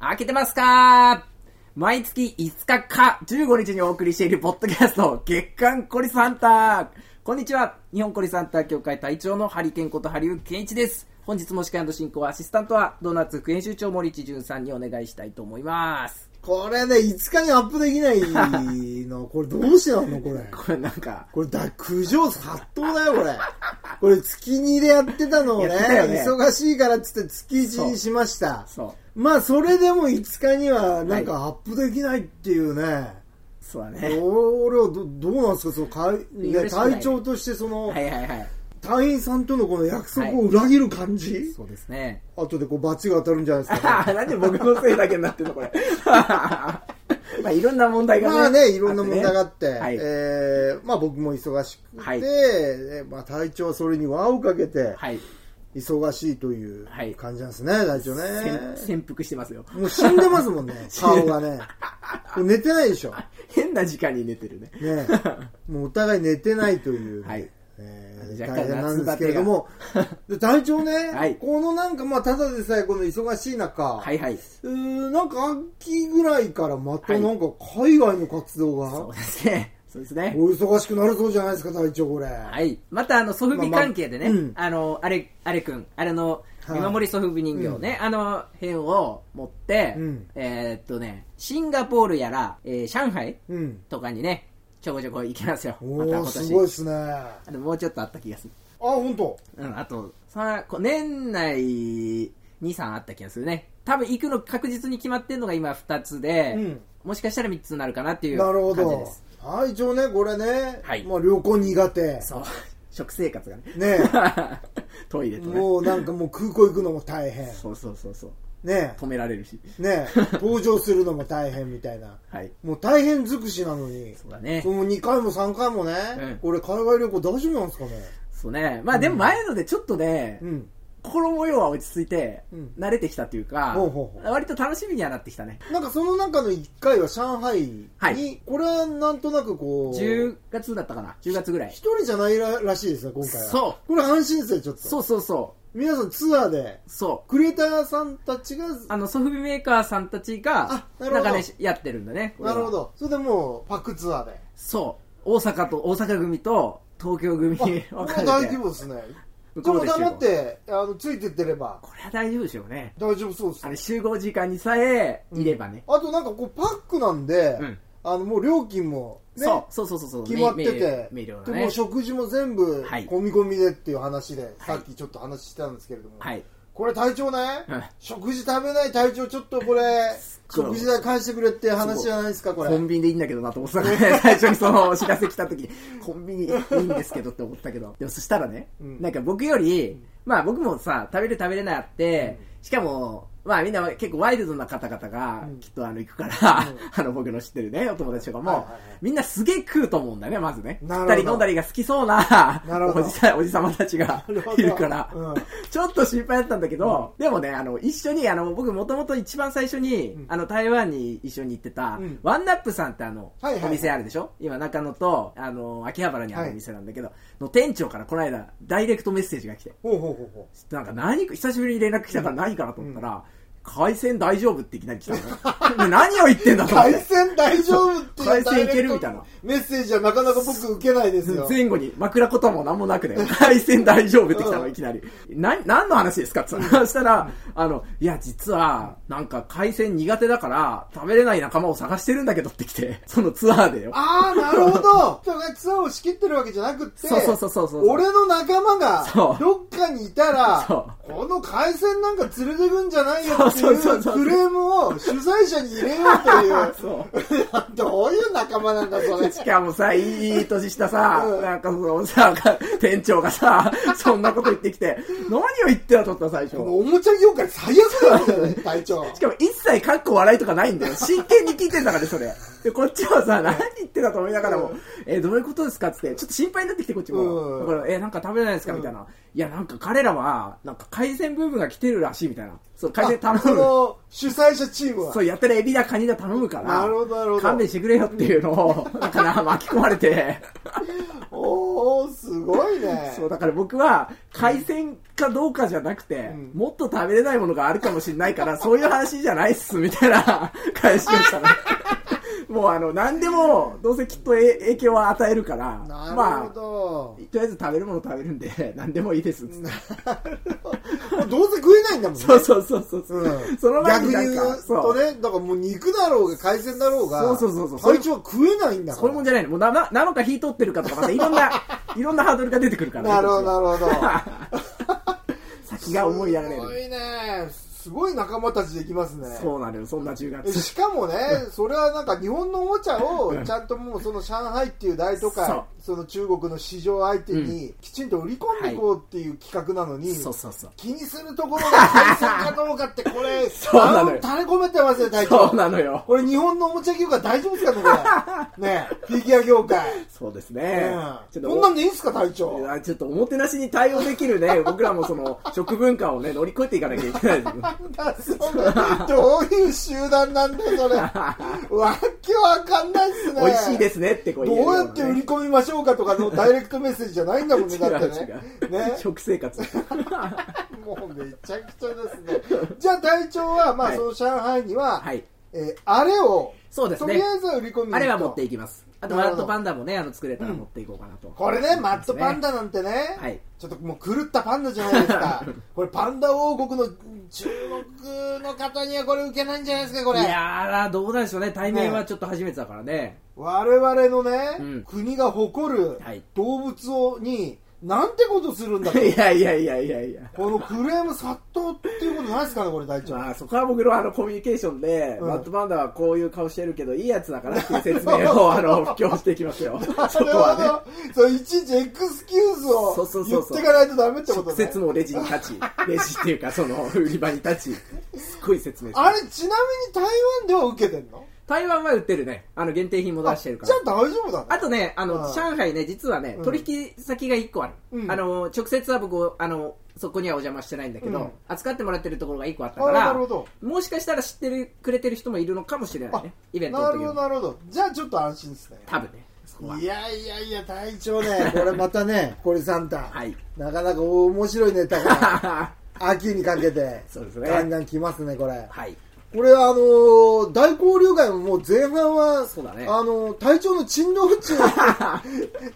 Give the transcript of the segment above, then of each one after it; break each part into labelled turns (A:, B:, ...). A: 開けてますか毎月5日か15日にお送りしているポッドキャスト、月刊コリスハンターこんにちは日本コリスハンター協会隊長のハリケンことハリウッケンイチです本日も司会進行はアシスタントはドーナツ副編集長森一淳さんにお願いしたいと思います。
B: これね、5日にアップできない の、これどうしてなんのこれ。
A: これなんか、
B: これだ、苦情殺到だよ、これ。これ月2でやってたのをね
A: やってたよね
B: 忙しいからっつって月1にしました。
A: そう、
B: まあ、それでも5日にはなんかアップできないっていうね。
A: そうだ
B: 俺
A: ね。
B: はどどうなんですか、そのかい、
A: よ
B: ね、
A: ろしくない
B: 隊長としてその、
A: はいはいはい。
B: 隊員さんとのこの約束を裏切る感じ、
A: そうですね。
B: 後でこう罰が当たるんじゃないですか。
A: あなんで僕のせいだけになってんのこれ。 まあいろんな問題がね。
B: まあね、いろんな問題があって、
A: はい
B: えーまあ僕も忙しくて、
A: はい
B: えーまあ隊長はそれに輪をかけて、
A: はい。
B: 忙しいという
A: はい
B: 感じなんですね、隊長
A: せん
B: ね。
A: 潜伏してますよ。
B: もう死んでます もんね、顔がね。これ寝てないでしょ。
A: 変な時間に寝てるね。
B: ね、もうお互い寝てないという、
A: はい
B: えー
A: 若干
B: 大変なんですけれども、で隊長ね、
A: はい
B: このなんかまあ、ただでさえこの忙しい中、
A: はいはい。
B: うーんなんか秋ぐらいからまたなんか海外の活動が、
A: そうですね。そうですね。
B: お忙しくなるそうじゃないですか、隊長、これ。
A: はい。また、あの、ソフビ関係でね、あ
B: まあま
A: の、あれ、あれくん、あれの、
B: はい
A: 見守りソフビ人形ね、あの、辺を持って、
B: うん
A: えーっとね、シンガポールやら、えー上海
B: うん。
A: とかにね、ちょこちょこ行きますよ。
B: お
A: また今
B: ー、
A: 年。
B: すごいですね。あ、
A: あでももうちょっとあった気がする。
B: ほんと。
A: うん、あと、さこ年内2、3あった気がするね。多分行くの確実に決まってんのが今2つで、
B: うん
A: もしかしたら3つになるかなっていう
B: なる
A: 感
B: ほ
A: じです。
B: ど。はい、一応ね、これね、
A: はい
B: まあ旅行苦手。
A: そう。 食生活がね。
B: ね
A: トイレとね。
B: もうなんかもう空港行くのも大変。
A: そうそうそうそう。
B: ね
A: 止められるし。
B: ね登場するのも大変みたいな。
A: はい。
B: もう大変尽くしなのに。
A: そうだね。
B: もう2回も3回もね、
A: うん
B: これ海外旅行大丈夫なんですかね
A: そうね。まあでも前のでちょっとね、
B: うん。
A: 心模様は落ち着いて
B: うん、
A: 慣れてきたというか、
B: ほうほうほ
A: 割と楽しみにはなってきたね。
B: なんかその中の1回は上海に、
A: はい
B: これはなんとなくこう、
A: 10月だったかな ?10 月ぐらい
B: 一。人じゃないららしいですね、今回は。。
A: そう
B: これ安心ですよ、ちょっと。
A: そうそうそ
B: 皆さんツアーで、
A: う。そう。
B: クリエイターさんたちが、
A: あの、ソフビメーカーさんたちが
B: あ、
A: な
B: なるほど
A: んかね、やってるんだね。これ
B: な
A: は
B: るほ。ど。それでもう、パックツアーで。
A: そう。大阪と、大阪組と、東京組
B: あ
A: に 分
B: これ
A: か
B: は
A: れて
B: 大規。模ですね。
A: 向
B: ち
A: こ
B: ょっ
A: う
B: と
A: で集合
B: 黙って、あの、ついてってれば、
A: これは大丈夫でしょうね。
B: 大丈夫そうです
A: あ
B: ね
A: れ、集合時間にさえ、いればね。
B: あとなんかこう、パックなんで、
A: うん
B: あの、もう料金も、ね、
A: そう、そうそうそうそう。
B: 決まって
A: メー
B: て、
A: ルメールの
B: で
A: ね
B: もう。食事も全部、
A: はい
B: 込み込みでっていう話で、
A: い
B: さっきちょっと話してたんですけれども、
A: はい。
B: これ隊長ね、
A: うん
B: 食事食べない隊長ちょっとこれ、
A: ごい
B: 食事代返してくれって話じゃないですか、これ。
A: コンビニでいいんだけどなと思ってた からね、最初にそのお知らせ来た 時に、コンビニいいんですけどって思ったけど。でもそしたらね、
B: うん
A: なんか僕より、まあ僕もさ、食べる食べれないあって、しかも、まあみんな結構ワイルドな方々が
B: うん
A: きっとあの行くから、あの僕の知ってるね、お友達とかも、
B: はいはいはい
A: みんなすげえ食うと思うんだね、まずね。
B: なる
A: 二
B: ほど
A: 人飲んだりが好きそうな
B: なるほ
A: お
B: ど
A: じさんおじさまたちが
B: なるほ
A: い
B: ど
A: るから、
B: うん
A: ちょっと心配だったんだけど、でもね、あの、一緒に、あの、僕もともと一番最初に、
B: ん
A: あの、台湾に一緒に行ってた、
B: うん
A: ワンナップさんってあの、
B: はいはいはい
A: お店あるでしょ今中野と、あの、秋葉原にあるお店なんだけど、の店長からこの間、ダイレクトメッセージが来て、
B: ほうほうほうほ
A: なんか何、久しぶりに連絡来たから何かなと思ったら、海鮮大丈夫っていきなり来た の。で何を言ってんだ
B: う。
A: と思っ
B: 海
A: て。
B: 鮮大丈夫っていう
A: 海鮮いけるみたいな。
B: メッセージはなかなか僕受けないですよ。
A: 前後に枕言葉も何もなくね、海鮮大丈夫って来たの、
B: うん
A: いきなり。な、何の話ですか って言ったらそしたら、あの、いや、実は、なんか海鮮苦手だから、食べれない仲間を探してるんだけどって来て、そのツアーでよ。
B: ああ、なるほど。とかツアーを仕切ってるわけじゃなくて、
A: そうそうそうそうそう
B: 俺の仲間が
A: そう、
B: どっかにいたら、
A: そ
B: この海鮮なんか連れてくんじゃないよってい
A: そうそうそう
B: う
A: そう
B: クレームを主催者に入れようという。
A: そう。
B: どういう仲間なんだ、それ。
A: しかもさ、いい年したさ、
B: うん
A: なんかそのさ、店長がさ、そんなこと言ってきて、何を言ってたと思った最初。
B: このおもちゃ業界最悪だよね、隊長。
A: しかも一切かっこ笑いとかないんだよ。真剣に聞いてんだからね、それ。で、こっちはさ、何言ってたと思いながらも、え、どういうことですかっつって、ちょっと心配になってきて、こっちも。
B: うん
A: だから、え、なんか食べれないですかみたいな。いや、なんか彼らは、なんか海鮮ブームが来てるらしいみたいな。そう、海鮮頼
B: あそ
A: む。
B: の、主催者チームは。
A: そう、やったらエビだ、カニだ頼むから。
B: なるほどなるほど
A: 勘弁してくれよっていうのを、だから巻き込まれて。
B: おー、すごいね。
A: そう、だから僕は、海鮮かどうかじゃなくて、
B: ん
A: もっと食べれないものがあるかもしれないから、そういう話じゃないっす、みたい な返しをしたら。もうあの、何でも、どうせきっとえ影響は与えるから、
B: なる
A: ま
B: ほ
A: あ、
B: ど。
A: とりあえず食べるもの食べるんで、 何でもいいですっつって、
B: もうどうせ食えないんだもんね。
A: そうそうそうそう。
B: うん
A: その前に
B: 逆
A: な
B: に
A: ん
B: 言
A: か、
B: う
A: そ
B: と
A: う。
B: ね、だからもう肉だろうが海鮮だろうが、
A: そうそうそうそう
B: 体調は食えないんだ
A: そ
B: か
A: れもん
B: ら。
A: じゃないの。もうな、な、なのか火通ってるかとか、またいろん な、いろんなハードルが出てくるから、
B: なるほど、なるほど。
A: 先が思いやられ
B: すご
A: る。
B: いね。すごい仲間たちできますね。
A: そうなるよ、そんな10月。
B: しかもね、それはなんか日本のおもちゃをちゃんともうその上海っていう大都
A: そ
B: 会
A: う、
B: その中国の市場相手にきちんと売り込んでいこうっていう企画なのに、
A: そうそうそう。
B: 気にするところが海鮮かどうかってこれ、
A: そうなのよ
B: あ垂れ込めてますよ、隊
A: そう
B: 長。
A: なのよ。
B: これ日本のおもちゃ業界大丈夫です かねこれ。ねえ、フィギュア業界。
A: そうです
B: う
A: ね
B: ん。
A: ち
B: こん
A: ょ
B: な
A: っ
B: んでいいんすか、隊長。
A: と、ちょっとおもてなしに対応できる ね、僕らもその、食文化をね、乗り越えていかなきゃいけないですよ。
B: なんだそれ どういう集団なんだよ それわけわかんないっすね
A: 美味しいですねってこう
B: ど
A: 言えるよ
B: う
A: う
B: や
A: な
B: って売り込みましょうかとかのダイレクトメッセージじゃないんだもんねだって
A: 違
B: ね
A: う違う
B: ね
A: 食生活。
B: もうめちゃくちゃですねじゃあ隊長はまあ
A: はい
B: その上海には、
A: はい。
B: えーあれを
A: そうです
B: と
A: ね
B: りあえず売り込みに行くと
A: あれは持っていきます。あと、
B: な
A: ワラ
B: るほ
A: ッ
B: ど
A: トパンダもね、あの、作れたら持っていこうかなと。
B: これねマッドパンダなんてね
A: はい
B: ちょっともう狂ったパンダじゃないです かこれパンダ王国の中国の方にはこれ受けないんじゃないですかこ
A: い
B: れ
A: やー、どうなんでしょうね。対面は
B: ね
A: ちょっと初めてだからね。
B: 我々のね、
A: うん
B: 国が誇る
A: はい
B: 動物をに、なんてことするんだと。
A: いやいやいやいやいや。
B: このクレーム殺到っていうことないですかね、これ、大長。
A: まあ、そこは僕のあのコミュニケーションで、
B: うん
A: マットパンダはこういう顔してるけど、いいやつだからっていう説明 をあの布教していきますよ、 そこは
B: なるほど そう、いちいちエクスキューズ
A: そうそ
B: を
A: う
B: 言
A: そう
B: っ
A: そう
B: ていかないとダメって
A: ね。
B: こと
A: 直
B: ね。
A: 接もうレジに立ち、レジっていうか、その売り場に立ち、すっごい説明して
B: あれ、ちなみに台湾では受けてんの
A: 台湾は売ってるね、あの限定品も出してるか
B: じゃ
A: ら
B: あ。大丈夫だね。
A: あとね、あの、
B: うん
A: 上海ね、実はね、
B: うん
A: 取引先が1個ある。
B: うん
A: あの、直接は僕、あの、そこにはお邪魔してないんだけど、
B: うん
A: 扱ってもらってるところが1個あった
B: あ
A: か
B: な
A: ら
B: るほ、ど。
A: もしかしたら知ってるくれてる人もいるのかもしれないね、イベントの
B: なる
A: 時
B: ほど、
A: も。
B: なるほど。じゃあちょっと安心ですね。
A: 多分ね、そこは。
B: いやいやいや、隊長ね、 これまたね、コリサンタ、
A: はい
B: なかなか面白いネタ が秋にかけて、
A: そうですね
B: ガンガン来ますね、これ。
A: はい。
B: これ、あのー大交流会ももう前半は、
A: そうだね
B: あのー隊長の珍道 中、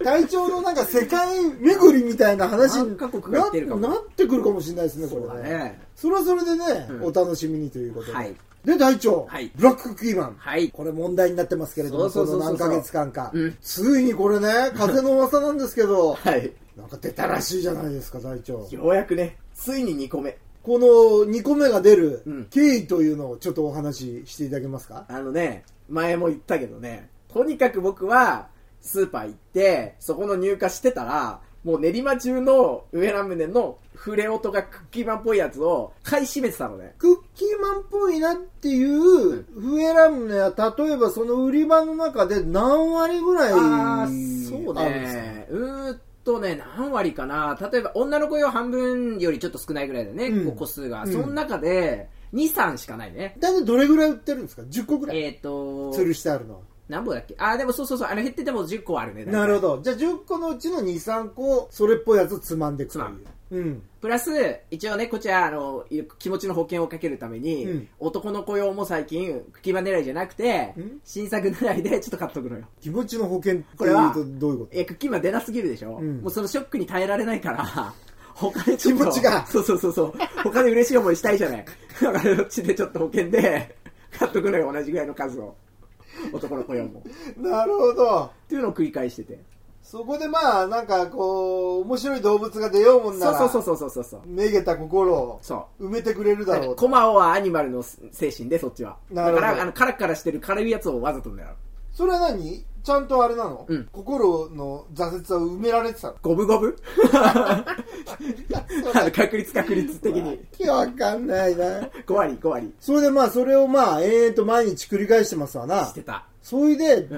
B: 隊長のなんか世界巡りみたいな話に
A: 何カ国か行ってるかも
B: ななってくるかもしれないですね、これね。
A: ね。
B: それはそれでね、
A: うん
B: お楽しみにということで。
A: はい
B: で、隊長、
A: はい
B: ブラッククッキーマン、
A: はい。
B: これ問題になってますけれども、
A: そ
B: こ
A: うそう
B: の
A: そうそう
B: 何ヶ月間か
A: うん。
B: ついにこれね、風の噂なんですけど、
A: はい。
B: なんか出たらしいじゃないですか、隊長。
A: ようやくね、ついに2個目。
B: この2個目が出
A: う
B: る
A: ん
B: 経緯というのをちょっとお話ししていただけますか、
A: あのね、前も言ったけどね、とにかく僕は、スーパー行って、そこの入荷してたら、もう練馬中の上ラムネのフレオとかクッキーマンっぽいやつを買い占めてたのね。
B: クッキーマンっぽいなっていう、フエラムネは例えばその売り場の中で何割ぐらい
A: あ
B: ある
A: ーそうん
B: ですか
A: ね。うーっとね、何割かな。例えば、女の子用半分よりちょっと少ないぐらいだよね、
B: うん
A: こう個数が。
B: うん
A: その中で、2、3しかないね。
B: 大体どれぐらい売ってるんですか ?10 個ぐらい
A: えっ、ー、と、
B: 吊るしてあるのは。
A: 何本だっけあー、でもそうそうそう、あの減ってても10個はあるね。
B: なるほ
A: ど。
B: ど。じゃあ10個のうちの2、3個、それっぽいやつをつまんでいくとい
A: つまむ
B: う。うん。
A: プラス、一応ね、こちら、あの、気持ちの保険をかけるために、
B: うん
A: 男の雇用も最近、茎場狙いじゃなくて
B: ん、
A: 新作狙いでちょっと買っとくのよ。
B: 気持ちの保険って
A: こ
B: い
A: れ
B: う
A: は
B: とどういうこと
A: え、茎場出なすぎるでしょ、
B: うん
A: もうそのショックに耐えられない から、他でちょっと。
B: 気持ちが
A: そうそうそうそう。他で嬉しい思いしたいじゃない。だから、こっちでちょっと保険で、買っとくのよ、同じぐらいの数を。男の雇用も。っ
B: なるほど。
A: ていうのを繰り返してて。
B: そこでまあ、なんかこう、面白い動物が出ようもんな
A: そう
B: ら、
A: そうそうそうそうそう。
B: めげた心を
A: そう。
B: 埋めてくれるだろうと。
A: コマオはアニマルの精神で、そっちは。
B: な
A: だ
B: る
A: か
B: ほど
A: ら、あの、カラカラしてる軽いやつをわざと狙う。
B: それは何ちゃんとあれなの、
A: うん
B: 心の挫折は埋められてたの
A: 五分五分あの確率確率的に。
B: わかんないな。
A: 5割、5割。
B: それでまあ、それをまあ、ええと毎日繰り返してますわな
A: して。た。
B: それで、
A: ん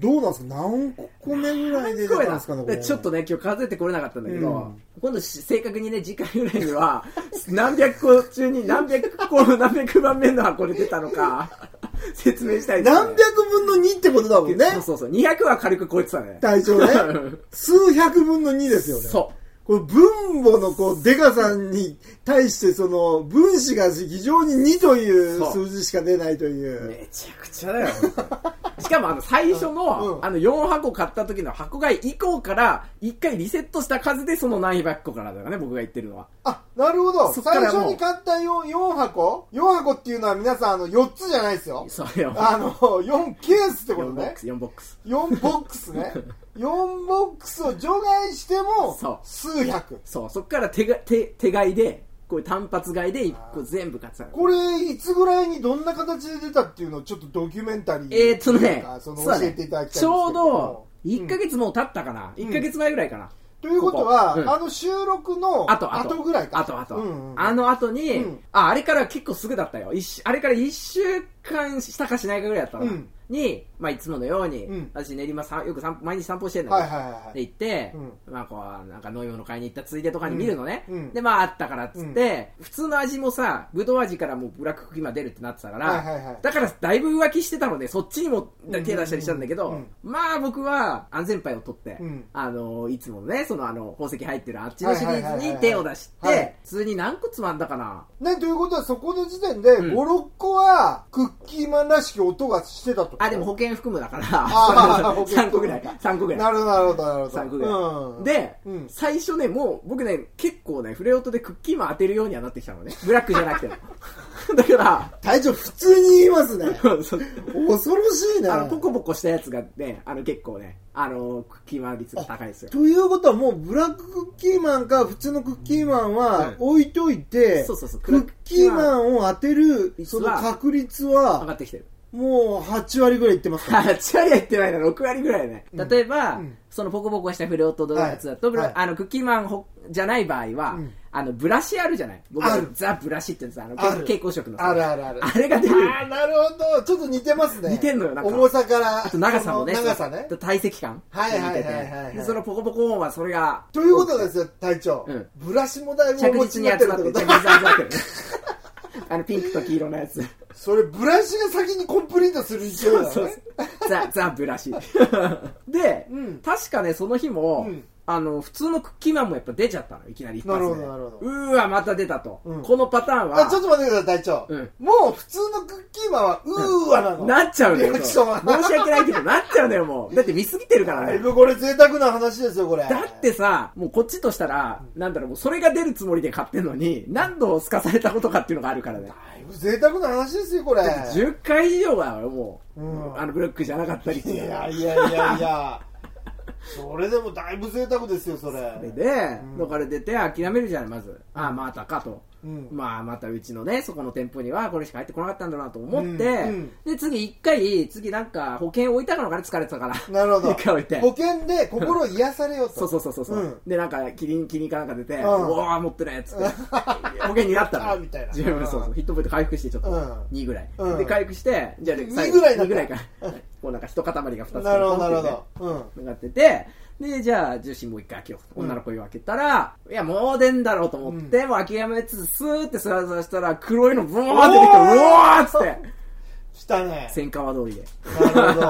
B: どうなんですか何個目ぐらいで出たんですかねこれ
A: ちょっとね、今日数えてこれなかったんだけど、
B: うん
A: 今度し正確にね、次回ぐらいには、何百個中に何百個、何百番目の箱で出たのか、説明したいですね、
B: 何百分の2ってことだもんね
A: そうそうそう、200は軽く超えてたね。
B: 体調ね 数百分の2ですよね
A: そ
B: これ分母のこう、デカさんに対してその、分子が非常に2という
A: そう。
B: 数字しか出ないというう。
A: めちゃくちゃだよ。 本当にしかもあの最初の、
B: うん
A: あの4箱買った時の箱買い以降から1回リセットした数でその何百個からだからね僕が言ってるのは
B: あ、なるほど。
A: そっ
B: 最
A: からもう
B: 初に買った 4, 4箱 ?4 箱っていうのは皆さんあの4つじゃないですよ。
A: そうよ
B: あの、4ケースってこ
A: 4
B: と
A: ボッ
B: ね
A: ク。ス4ボックス
B: 4ボックス ね。4ボックスを除外して
A: そう
B: も、数百。
A: そうそっから手が手手買いでこういう単発買いでこう全部買ってたの
B: これ、いつぐらいにどんな形で出たっていうのをちょっとドキュメンタリー。
A: えーっとね
B: その
A: そうだ
B: 教
A: ね
B: えていただきたいんですけ
A: ちょうど
B: うん
A: 1ヶ月もう経ったかな、
B: ん
A: 1ヶ月前ぐらいかな
B: ということは、
A: ここうん
B: あの収録の
A: あとあと
B: 後ぐらいか。
A: あとあと、
B: うんうん
A: あの後に、
B: うん
A: ああれから結構すぐだったよ一週あれから1週間したかしないかぐらいだったの、
B: うん
A: に、まあ、いつものように、
B: うん
A: 私練馬さんよく散歩毎日散歩してんだ
B: はい
A: よ
B: はいはいはい。
A: で行って、
B: う
A: まあこうなんか飲み物買いに行ったついでとかに見るのね、
B: うんうん
A: でまああったからっつって、普通の味もさぶどう味からもうブラッククッキーまで出るってなってたから、
B: はいはいはい
A: だからだいぶ浮気してたのでそっちにも手出したりしたんだけど、
B: うんうん
A: まあ僕は安全牌を取って、
B: うん
A: あのいつものねそのあの宝石入ってるあっちのシリーズ
B: はいはいはいはい
A: に
B: はい
A: 手を出して、
B: はい
A: 普通に何個つまんだかな
B: ね、ということは、そこの時点で、5、
A: ん
B: 6個は、クッキーマンらしき音がしてたと。
A: あでも保険含むだから
B: あー
A: 3個ぐらい3個ぐらい
B: なるほど、なるほど、なるほど。
A: 三個ぐらい
B: うん、
A: で、
B: うん
A: 最初ね、もう僕ね、結構ね、フレオトでクッキーマン当てるようにはなってきたのね。ブラックじゃなくても。 だから、
B: 隊長、普通に言いますね。
A: そう
B: 恐ろしいね。
A: あの、ポコポコしたやつがね、あの結構ね、あの、クッキーマン率が高いですよ。
B: ということは、もう、ブラッククッキーマンか、普通のクッキーマン
A: はい
B: は、置いといて、
A: そうそうそう
B: クッキーマンを当てる、
A: 率
B: そ
A: は
B: の確率
A: 上が
B: は、
A: ってきてる。
B: もう、8割ぐらいいってますから。
A: 8割は言ってないな、6割ぐらいね。
B: うん
A: 例えば、
B: うん
A: そのポコポコしたフレオトドのやつだと、
B: は
A: ブ
B: い
A: ラ
B: はい
A: あの、クッキーマンほじゃない場合は、
B: うん
A: あの、ブラシあるじゃない僕は
B: ある
A: ザ・ブラシって言うんですあの、
B: ある
A: 蛍光色のさ
B: あるあるあ る。
A: あれが出る。
B: あーなるほど。ちょっと似てますね。
A: 似てんのよなんか
B: 重さから。
A: あと長さもね。
B: その長さね。
A: と体積感。
B: はいはいはいはい
A: 似てて
B: は
A: で
B: い
A: そのポコポコ音はそれが。
B: ということですよ、隊長。
A: うん
B: ブラシもだいぶお
A: 着
B: 持ち
A: 実
B: に
A: に
B: なっ
A: 集
B: てる
A: ま
B: っ
A: って
B: て
A: る。
B: こ
A: 着
B: と
A: 実に集まってるね。 あの、ピンクと黄色のやつ。
B: それ、ブラシが先にコンプリートする勢いだね。
A: そうそうザ・ザ・ブラ シ。で、
B: うん
A: 確かね、その日も、
B: うん
A: あの、普通のクッキーマンもやっぱ出ちゃったの、いきなり一発で。
B: なるほどなるほど
A: うーわ、また出たと。
B: うん
A: このパターンは、
B: あ、ちょっと待ってください、隊長。
A: うん
B: もう普通のクッキーマンは、うーわなの。
A: なっちゃうの
B: リ
A: よ。
B: アク
A: 申し
B: ションは
A: 訳ないけど、なっちゃうのよ、もう。だって見すぎてるから
B: だ
A: ね
B: い。ぶこれ贅沢な話ですよ、これ。
A: だって、さ、もうこっちとしたら、なんだろう、もうそれが出るつもりで買ってんのに、何度すかされたことかっていうのがあるからね。
B: だいぶ贅沢な話ですよ、これ。
A: 10回以上だよ、もう。
B: うん
A: あのブロックじゃなかったりし
B: い
A: て。
B: やいやいやいや。それでもだいぶ贅沢ですよ、それ。
A: で、だから出て諦めるじゃない、まず。ああ、またかと。
B: うん
A: まあ、またうちのね、そこの店舗にはこれしか入ってこなかったんだろうなと思って、
B: うんうん
A: で、次一回、次なんか保険置いたのかな、疲れてたから。
B: なるほど。
A: 一回置いて。
B: 保険で心を癒されようと。
A: そうそうそうそう。う
B: うん
A: で、なんか、キリン、キリンかなんか出て、
B: ん
A: うわー持ってないやつ って。保険になったの。
B: あーみたいな
A: 自分そうそうう。
B: ん
A: ヒットポイント回復して、ちょっと、
B: うん
A: 2ぐらい、
B: うん
A: で、回復して、じゃあ、
B: 二
A: 最後
B: ぐらいだ
A: 二
B: った
A: ぐらいか。こうなんか、一塊が2つ。
B: なるほど、なるほど。うん。
A: なってて、で、じゃあ、重心もう一回開けよう。女の子を開けたら、いや、もう出んだろうと思って、もう諦めつつ、スーってスラスラしたら、黒いのブワーって出てきて、
B: おー
A: うわーっつって、
B: 来たね。
A: 千川通りで。
B: なるほ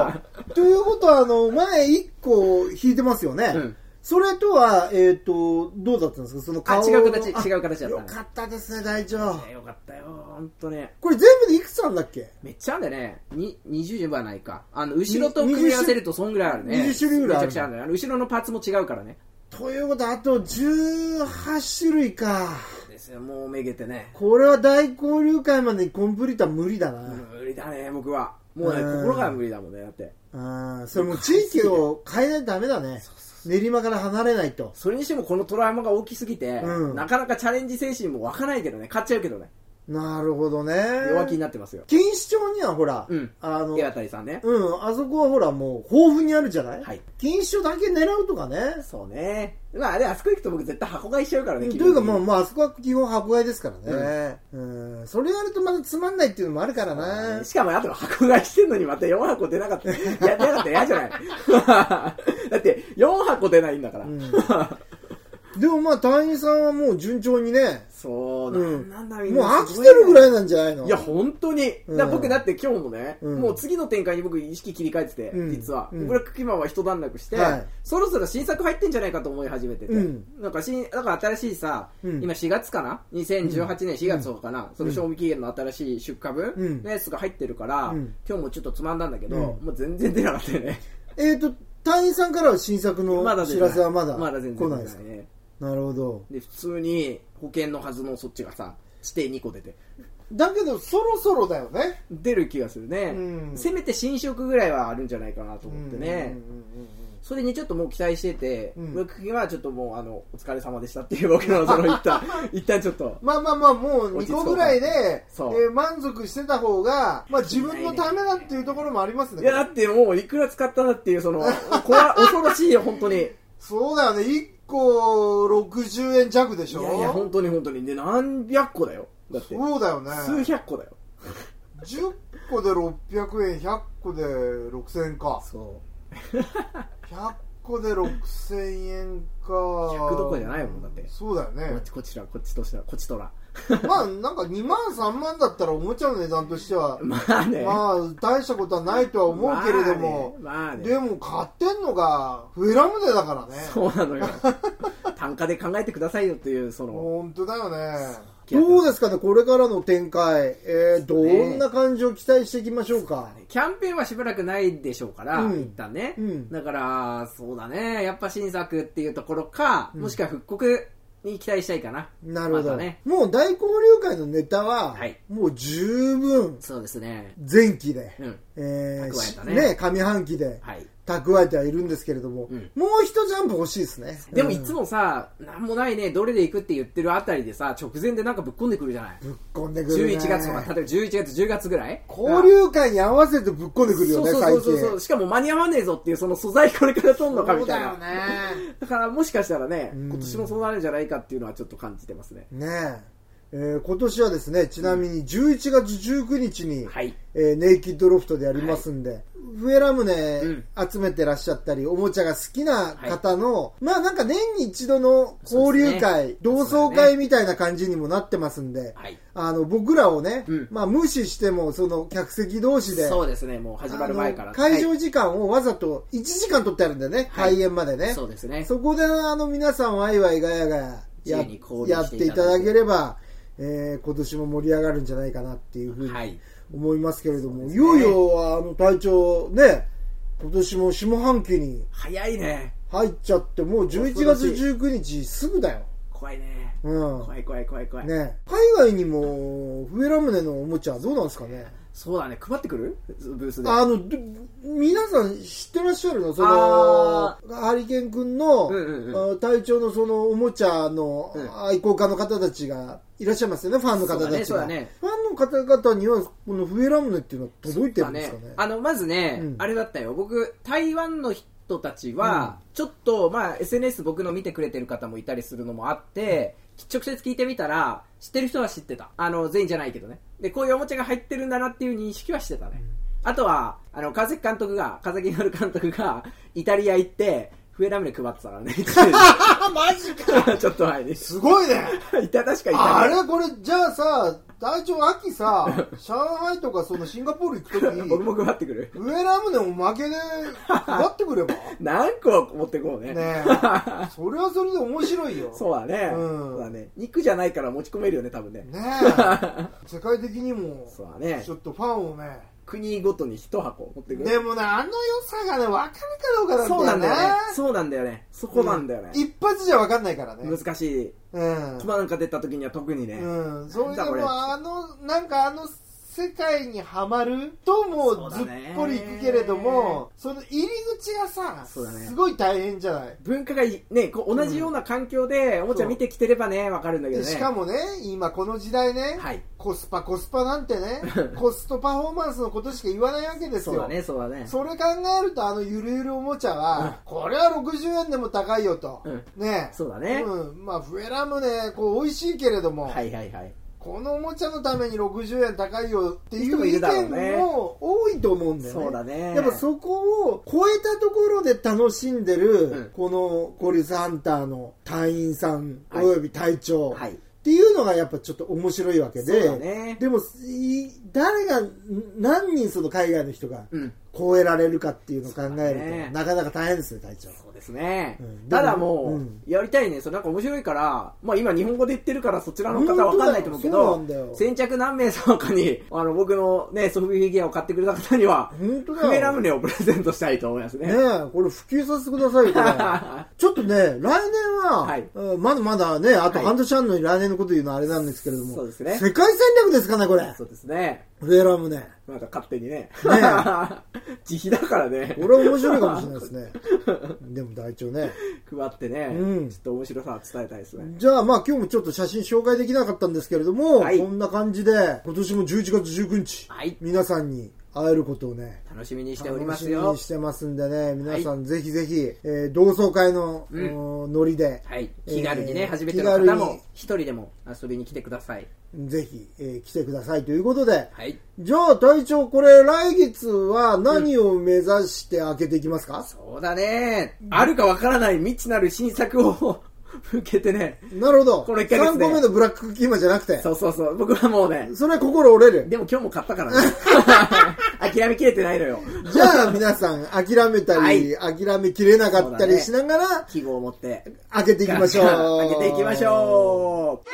B: ど。ということは、あの、前1個引いてますよね。
A: うん
B: それとは、えっ、と、どうだったんですかその
A: あ、
B: 顔
A: 違う形、
B: あ
A: 違う形だったね。
B: よかったですね、大長。
A: ねよかったよ、ほんとね。
B: これ全部でいくつなんだっけ
A: めっちゃあるんだよね。に、20はないか。あの、後ろと組み合わせるとそんぐらいあるね。
B: 20種類ぐらいあ
A: めちゃ
B: る
A: くちゃあるんだよ。あの後ろのパーツも違うからね。
B: ということは、あと18種類か。
A: ですよ、もうめげてね。
B: これは大交流会までコンプリートは無理だな。
A: 無理だね、僕は。もうね、
B: うん
A: 心が無理だもんね、だって。
B: ああ、それもう地域を変えないとダメだね。練馬から離れないと。
A: それにしてもこのトラウマが大きすぎて、
B: うん
A: なかなかチャレンジ精神も湧かないけどね、買っちゃうけどね。
B: なるほどね。
A: 弱気になってますよ。
B: 錦糸町にはほら、
A: うん
B: あの、
A: 手当たりさんね。
B: うん、あそこはほらもう豊富にあるじゃない、
A: はい
B: 錦糸町だけ狙うとかね。
A: そうね。まあ、で、あそこ行くと僕絶対箱買いしちゃうから
B: と
A: ね。
B: いうかまあまあ、あそこは基本箱買いですからね。うん。それやるとまたつまんないっていうのもあるからな。
A: しかも、あとの箱買いしてんのにまた4箱出なかった。いや、出なかったら嫌じゃない だって、4箱出ないんだから。
B: でもまあ、隊員さんはもう順調にね、
A: そう、
B: うん
A: なんなんだみん
B: もう
A: な
B: 飽きてるぐら
A: い。
B: いなんじゃないの
A: いや、本当に。
B: うん
A: だから僕だって今日もね、
B: うん
A: もう次の展開に僕意識切り替えてて、
B: うん
A: 実は。
B: うん
A: ブラックキマンは一段落して、
B: はい
A: そろそろ新作入ってんじゃないかと思い始めてて。
B: うん
A: なんか新、だから新しいさ、
B: うん
A: 今4月かな ?2018 年4月とかかな、その賞味期限の新しい出荷
B: うん
A: 分のやつが入ってるから、
B: うん
A: 今日もちょっとつまんだんだけど、
B: うん
A: もう全然出なかったよね。
B: えっ、と、隊員さんからは新作
A: ま
B: の
A: だ出
B: 知
A: てない
B: らせはまだ
A: まだ全然出
B: 来
A: て
B: ない
A: ない
B: ですか。
A: ね。
B: なるほど。
A: で、普通に保険のはずのそっちがさ、指定2個出て。
C: だけど、そろそろだよね。
A: 出る気がするね、
C: うん
A: せめて新色ぐらいはあるんじゃないかなと思って
C: う
A: ね、
C: んうんうんうん
A: それにちょっともう期待してて、
B: うん
A: 僕はちょっともうあのお疲れ様でしたっていう僕のその 一旦一旦ちょっと
C: まあまあまあ、もう2個ぐらいで、え
A: そう
C: ー満足してた方が、まあ自分のためだっていうところもありますね。
A: いやだってもういくら使ったなっていうその怖恐ろしいよ本当にい
C: そうだよね。1個60円弱でしょ
A: やいや本当に本当にで何百個だよだって
C: そうだよね。
A: 数百個だよ
C: 10個で600円、100個で6000円か。
A: そ
C: 100個で6000円か。
A: う100どこじゃないもんだって
C: そうだよ
A: こっ
C: ね
A: ち。こちらこっちとしたらこっちとら
C: まあなんか2万3万だったらおもちゃの値段としては、
A: まあね
C: まあ大したことはないとは思うけれども、
A: まあね,まあね、
C: でも買ってんのがフェラムネだからね。
A: そうなのよ単価で考えてくださいよっていうその
C: 本当だよね。
B: どうですかね、これからの展開、えー、ど
A: うね
B: んな感じを期待していきましょうか。
A: キャンペーンはしばらくないでしょうから、
B: うん
A: 一旦ね、
B: うん
A: だから、そうだね、やっぱ新作っていうところか、もしくは復刻に期待したいかな。
B: なるほ
A: ま
B: ど、
A: たね。
B: もう大交流会のネタは、
A: はい
B: もう十分
A: そうですね。
B: 前期で、
A: うん。
B: えー
A: 蓄えたね
B: し上半期で
A: はい。
B: 蓄えてはいるんですけれども、
A: うん
B: もう一ジャンプ欲しいですね。
A: でも
B: うん
A: いつもさ、なんもないね、どれで行くって言ってるあたりでさ、直前でなんかぶっ込んでくるじゃない。
B: ぶっこんでくる、ね。
A: 11月とか、例えば11月、10月ぐらい
B: 交流会に合わせてぶっこんでくる
A: そ
B: よ
A: う
B: ね、
A: そう
B: 最
A: そう
B: 近。
A: そうそう。しかも間に合わねえぞっていう、その素材これから取んのかみたいな。
C: そうだよね。
A: だからもしかしたらね、
B: うん
A: 今年もそうなるんじゃないかっていうのはちょっと感じてますね。
B: ねええー今年はですね、ちなみに11月19日に、
A: はい。
B: えーネイキッドロフトでやりますんで、フェラムネ
A: うん
B: 集めてらっしゃったり、おもちゃが好きな方の、まあなんか年に一度の交流会、
A: そう
B: 同
A: ですね
B: 窓会みたいな感じにもなってますんで、
A: はい。
B: あの僕らをね、
A: うん
B: まあ無視しても、その客席同士で、
A: そうですね、もう始まる前か
B: あ
A: ら。
B: の会場時間をわざと1時間取ってあるんだよね、
A: はい
B: 開演までね。
A: そうですね。
B: そこであの皆さんワイワイガヤガヤや
A: 自由に交
B: や
A: 流
B: っ
A: してて
B: い
A: い
B: た
A: た
B: だ
A: だいて
B: ければ、えー今年も盛り上がるんじゃないかなっていうふうに
A: はい。
B: 思いますけれども、い
A: すね
B: よいよあの隊長ね今年も下半期に
A: 早いね。
B: 入っちゃってもう11月19日すぐだよ、
A: 怖いね。
B: うん
A: 怖い怖い怖い怖い。
B: ね、海外にもフェラムネのおもちゃどうなんですかね
A: そうだね、配ってくるブースで。
B: あのど皆さん知ってらっしゃるのその
A: あ
B: ハリケーン君の、
A: うんうんうん
B: あ隊長のそのおもちゃの
A: うん
B: 愛好家の方たちがいらっしゃいますよねファンの方たち
A: そう
B: が、
A: だね
B: ファンの方々にはこのフエラムネっていうのは届いてる
A: だ
B: んです
A: ね
B: かね。
A: あの、まずね、
B: うん
A: あれだったよ。僕、台湾の人たちは、ちょっと、まあ、SNS 僕の見てくれてる方もいたりするのもあって、直接聞いてみたら、知ってる人は知ってた。あの、全員じゃないけどね。で、こういうおもちゃが入ってるんだなっていう認識はしてたね。あとは、あの、川崎監督が、川崎丸監督が、イタリア行って、フエラムネ配ってたから ね。
C: マジか
A: ちょっと前に。
C: すごいね
A: いた、確かいた。
C: あれこれ、じゃあさ、隊長秋さ、上海とかそのシンガポール行くとき、
A: 僕 も配ってくる。
C: 上ラムネも負けで配ってくればね
A: 何個持ってこうね。。
C: え それはそれで面白いよ。
A: そうだね。
C: うん
A: そうだね。肉じゃないから持ち込めるよね、多分ね。
C: ねえ。世界的にも、
A: そうだね
C: ち。ょっとファンをね。
A: 国ごとに一箱持ってくる。
C: でもね、あの良さがね、分かるかどうかなんだよね。
A: そうなんだよね。そうなんだよね。そこなんだよね。
C: 一発じゃ分かんないからね。
A: 難しい。
C: うん。
A: 熊なんか出た時には特にね。
C: うん、それで
A: なんだこれ
C: もあのなんかあの
D: 世界にはまるともうずっぽりいくけれどもその入り口がさ、
A: そうだね
D: すごい大変じゃない
A: 文化がいね、こう同じような環境でおもちゃ見てきてればね、わかるんだけど
D: で
A: ね。
D: しかもね今この時代ね、
A: はい
D: コスパコスパなんて ねコストパフォーマンスのことしか言わないわけです
A: そうだ
D: よ
A: ね、そうだね。
D: それ考えるとあのゆるゆるおもちゃは、これは60円でも高いよと、
A: うん
D: ね
A: そうだね
D: うん、まあフエラもねこう美味しいけれども、
A: はいはいはい。
D: このおもちゃのために60円高いよってい
A: 人も
D: う意
A: いるだろうね
D: 見も
B: 多いと思うんだよね。
A: そうだね。
B: やっぱそこを超えたところで楽しんでる、
A: うん
B: このゴリスハンターの隊員さん
A: はい
B: および隊長、
A: はい
B: っていうのがやっぱちょっと面白いわけ
A: そう
B: で、
A: だね
B: でもい誰がん何人その海外の人が
A: うん。
B: 超えられるかっていうのを考える
A: そ
B: と、
A: うだね
B: なかなか大変ですよ隊長。
A: そうですね。
B: うん
A: ただもう、
B: うん
A: やりたいね。そうなんか面白いから、まあ今日本語で言ってるからそちらの方はわかんないと思うけ
B: 本当だよそうなんだ
A: ど、
B: よ
A: 先着何名様かに、あの僕のね、ソフビフィギュアを買ってくれた方には、
B: 本当だよ
A: フメラムネをプレゼントしたいと思いますね。
B: ねえ、これ普及させてくださいよ、こ れちょっとね、来年は、
A: はい
B: うんまだまだね、あと
A: はい
B: 半年あるのに来年のこと言うのはあれなんですけれども、
A: そうですね
B: 世界戦略ですかね、これ。
A: そうですね。
B: ウェラムね。
A: なんか勝手にね。
B: ね
A: 自費だからね。
B: これは面白いかもしれないです ね。でも隊長ね。
A: 配ってね、
B: うん
A: ちょっと面白さは伝えたいですね。
B: じゃあまあ今日もちょっと写真紹介できなかったんですけれども、
A: はい
B: こんな感じで今年も11月19日、
A: はい
B: 皆さんに会えることをね、
A: 楽しみにしております
B: 楽しみ
A: よ
B: に。してますんでね、皆さんぜひぜひ、えー同窓会の、うんノリで、
A: はい。気軽にね、
B: えー
A: 初めての
B: 気
A: 方
B: 軽に
A: も、一人でも遊びに来てください。
B: ぜひ、えー来てくださいということで、
A: はい。
B: じゃあ隊長これ来月は何を目指して開けていきますか、
A: そうだね。あるかわからない未知なる新作を 受けてね。
B: なるほど。
A: この一ヶ月で
B: 3個目のブラックキーマじゃなくて、
A: そうそうそう。僕はもうね、
B: それは心折れる。
A: でも今日も買ったからね。 諦めきれてないのよ。
B: じ ゃあ皆さん諦めたり、諦めきれなかったりしながら
A: 記号を持って、
B: 開けていきましょう。
A: 開けていきましょう。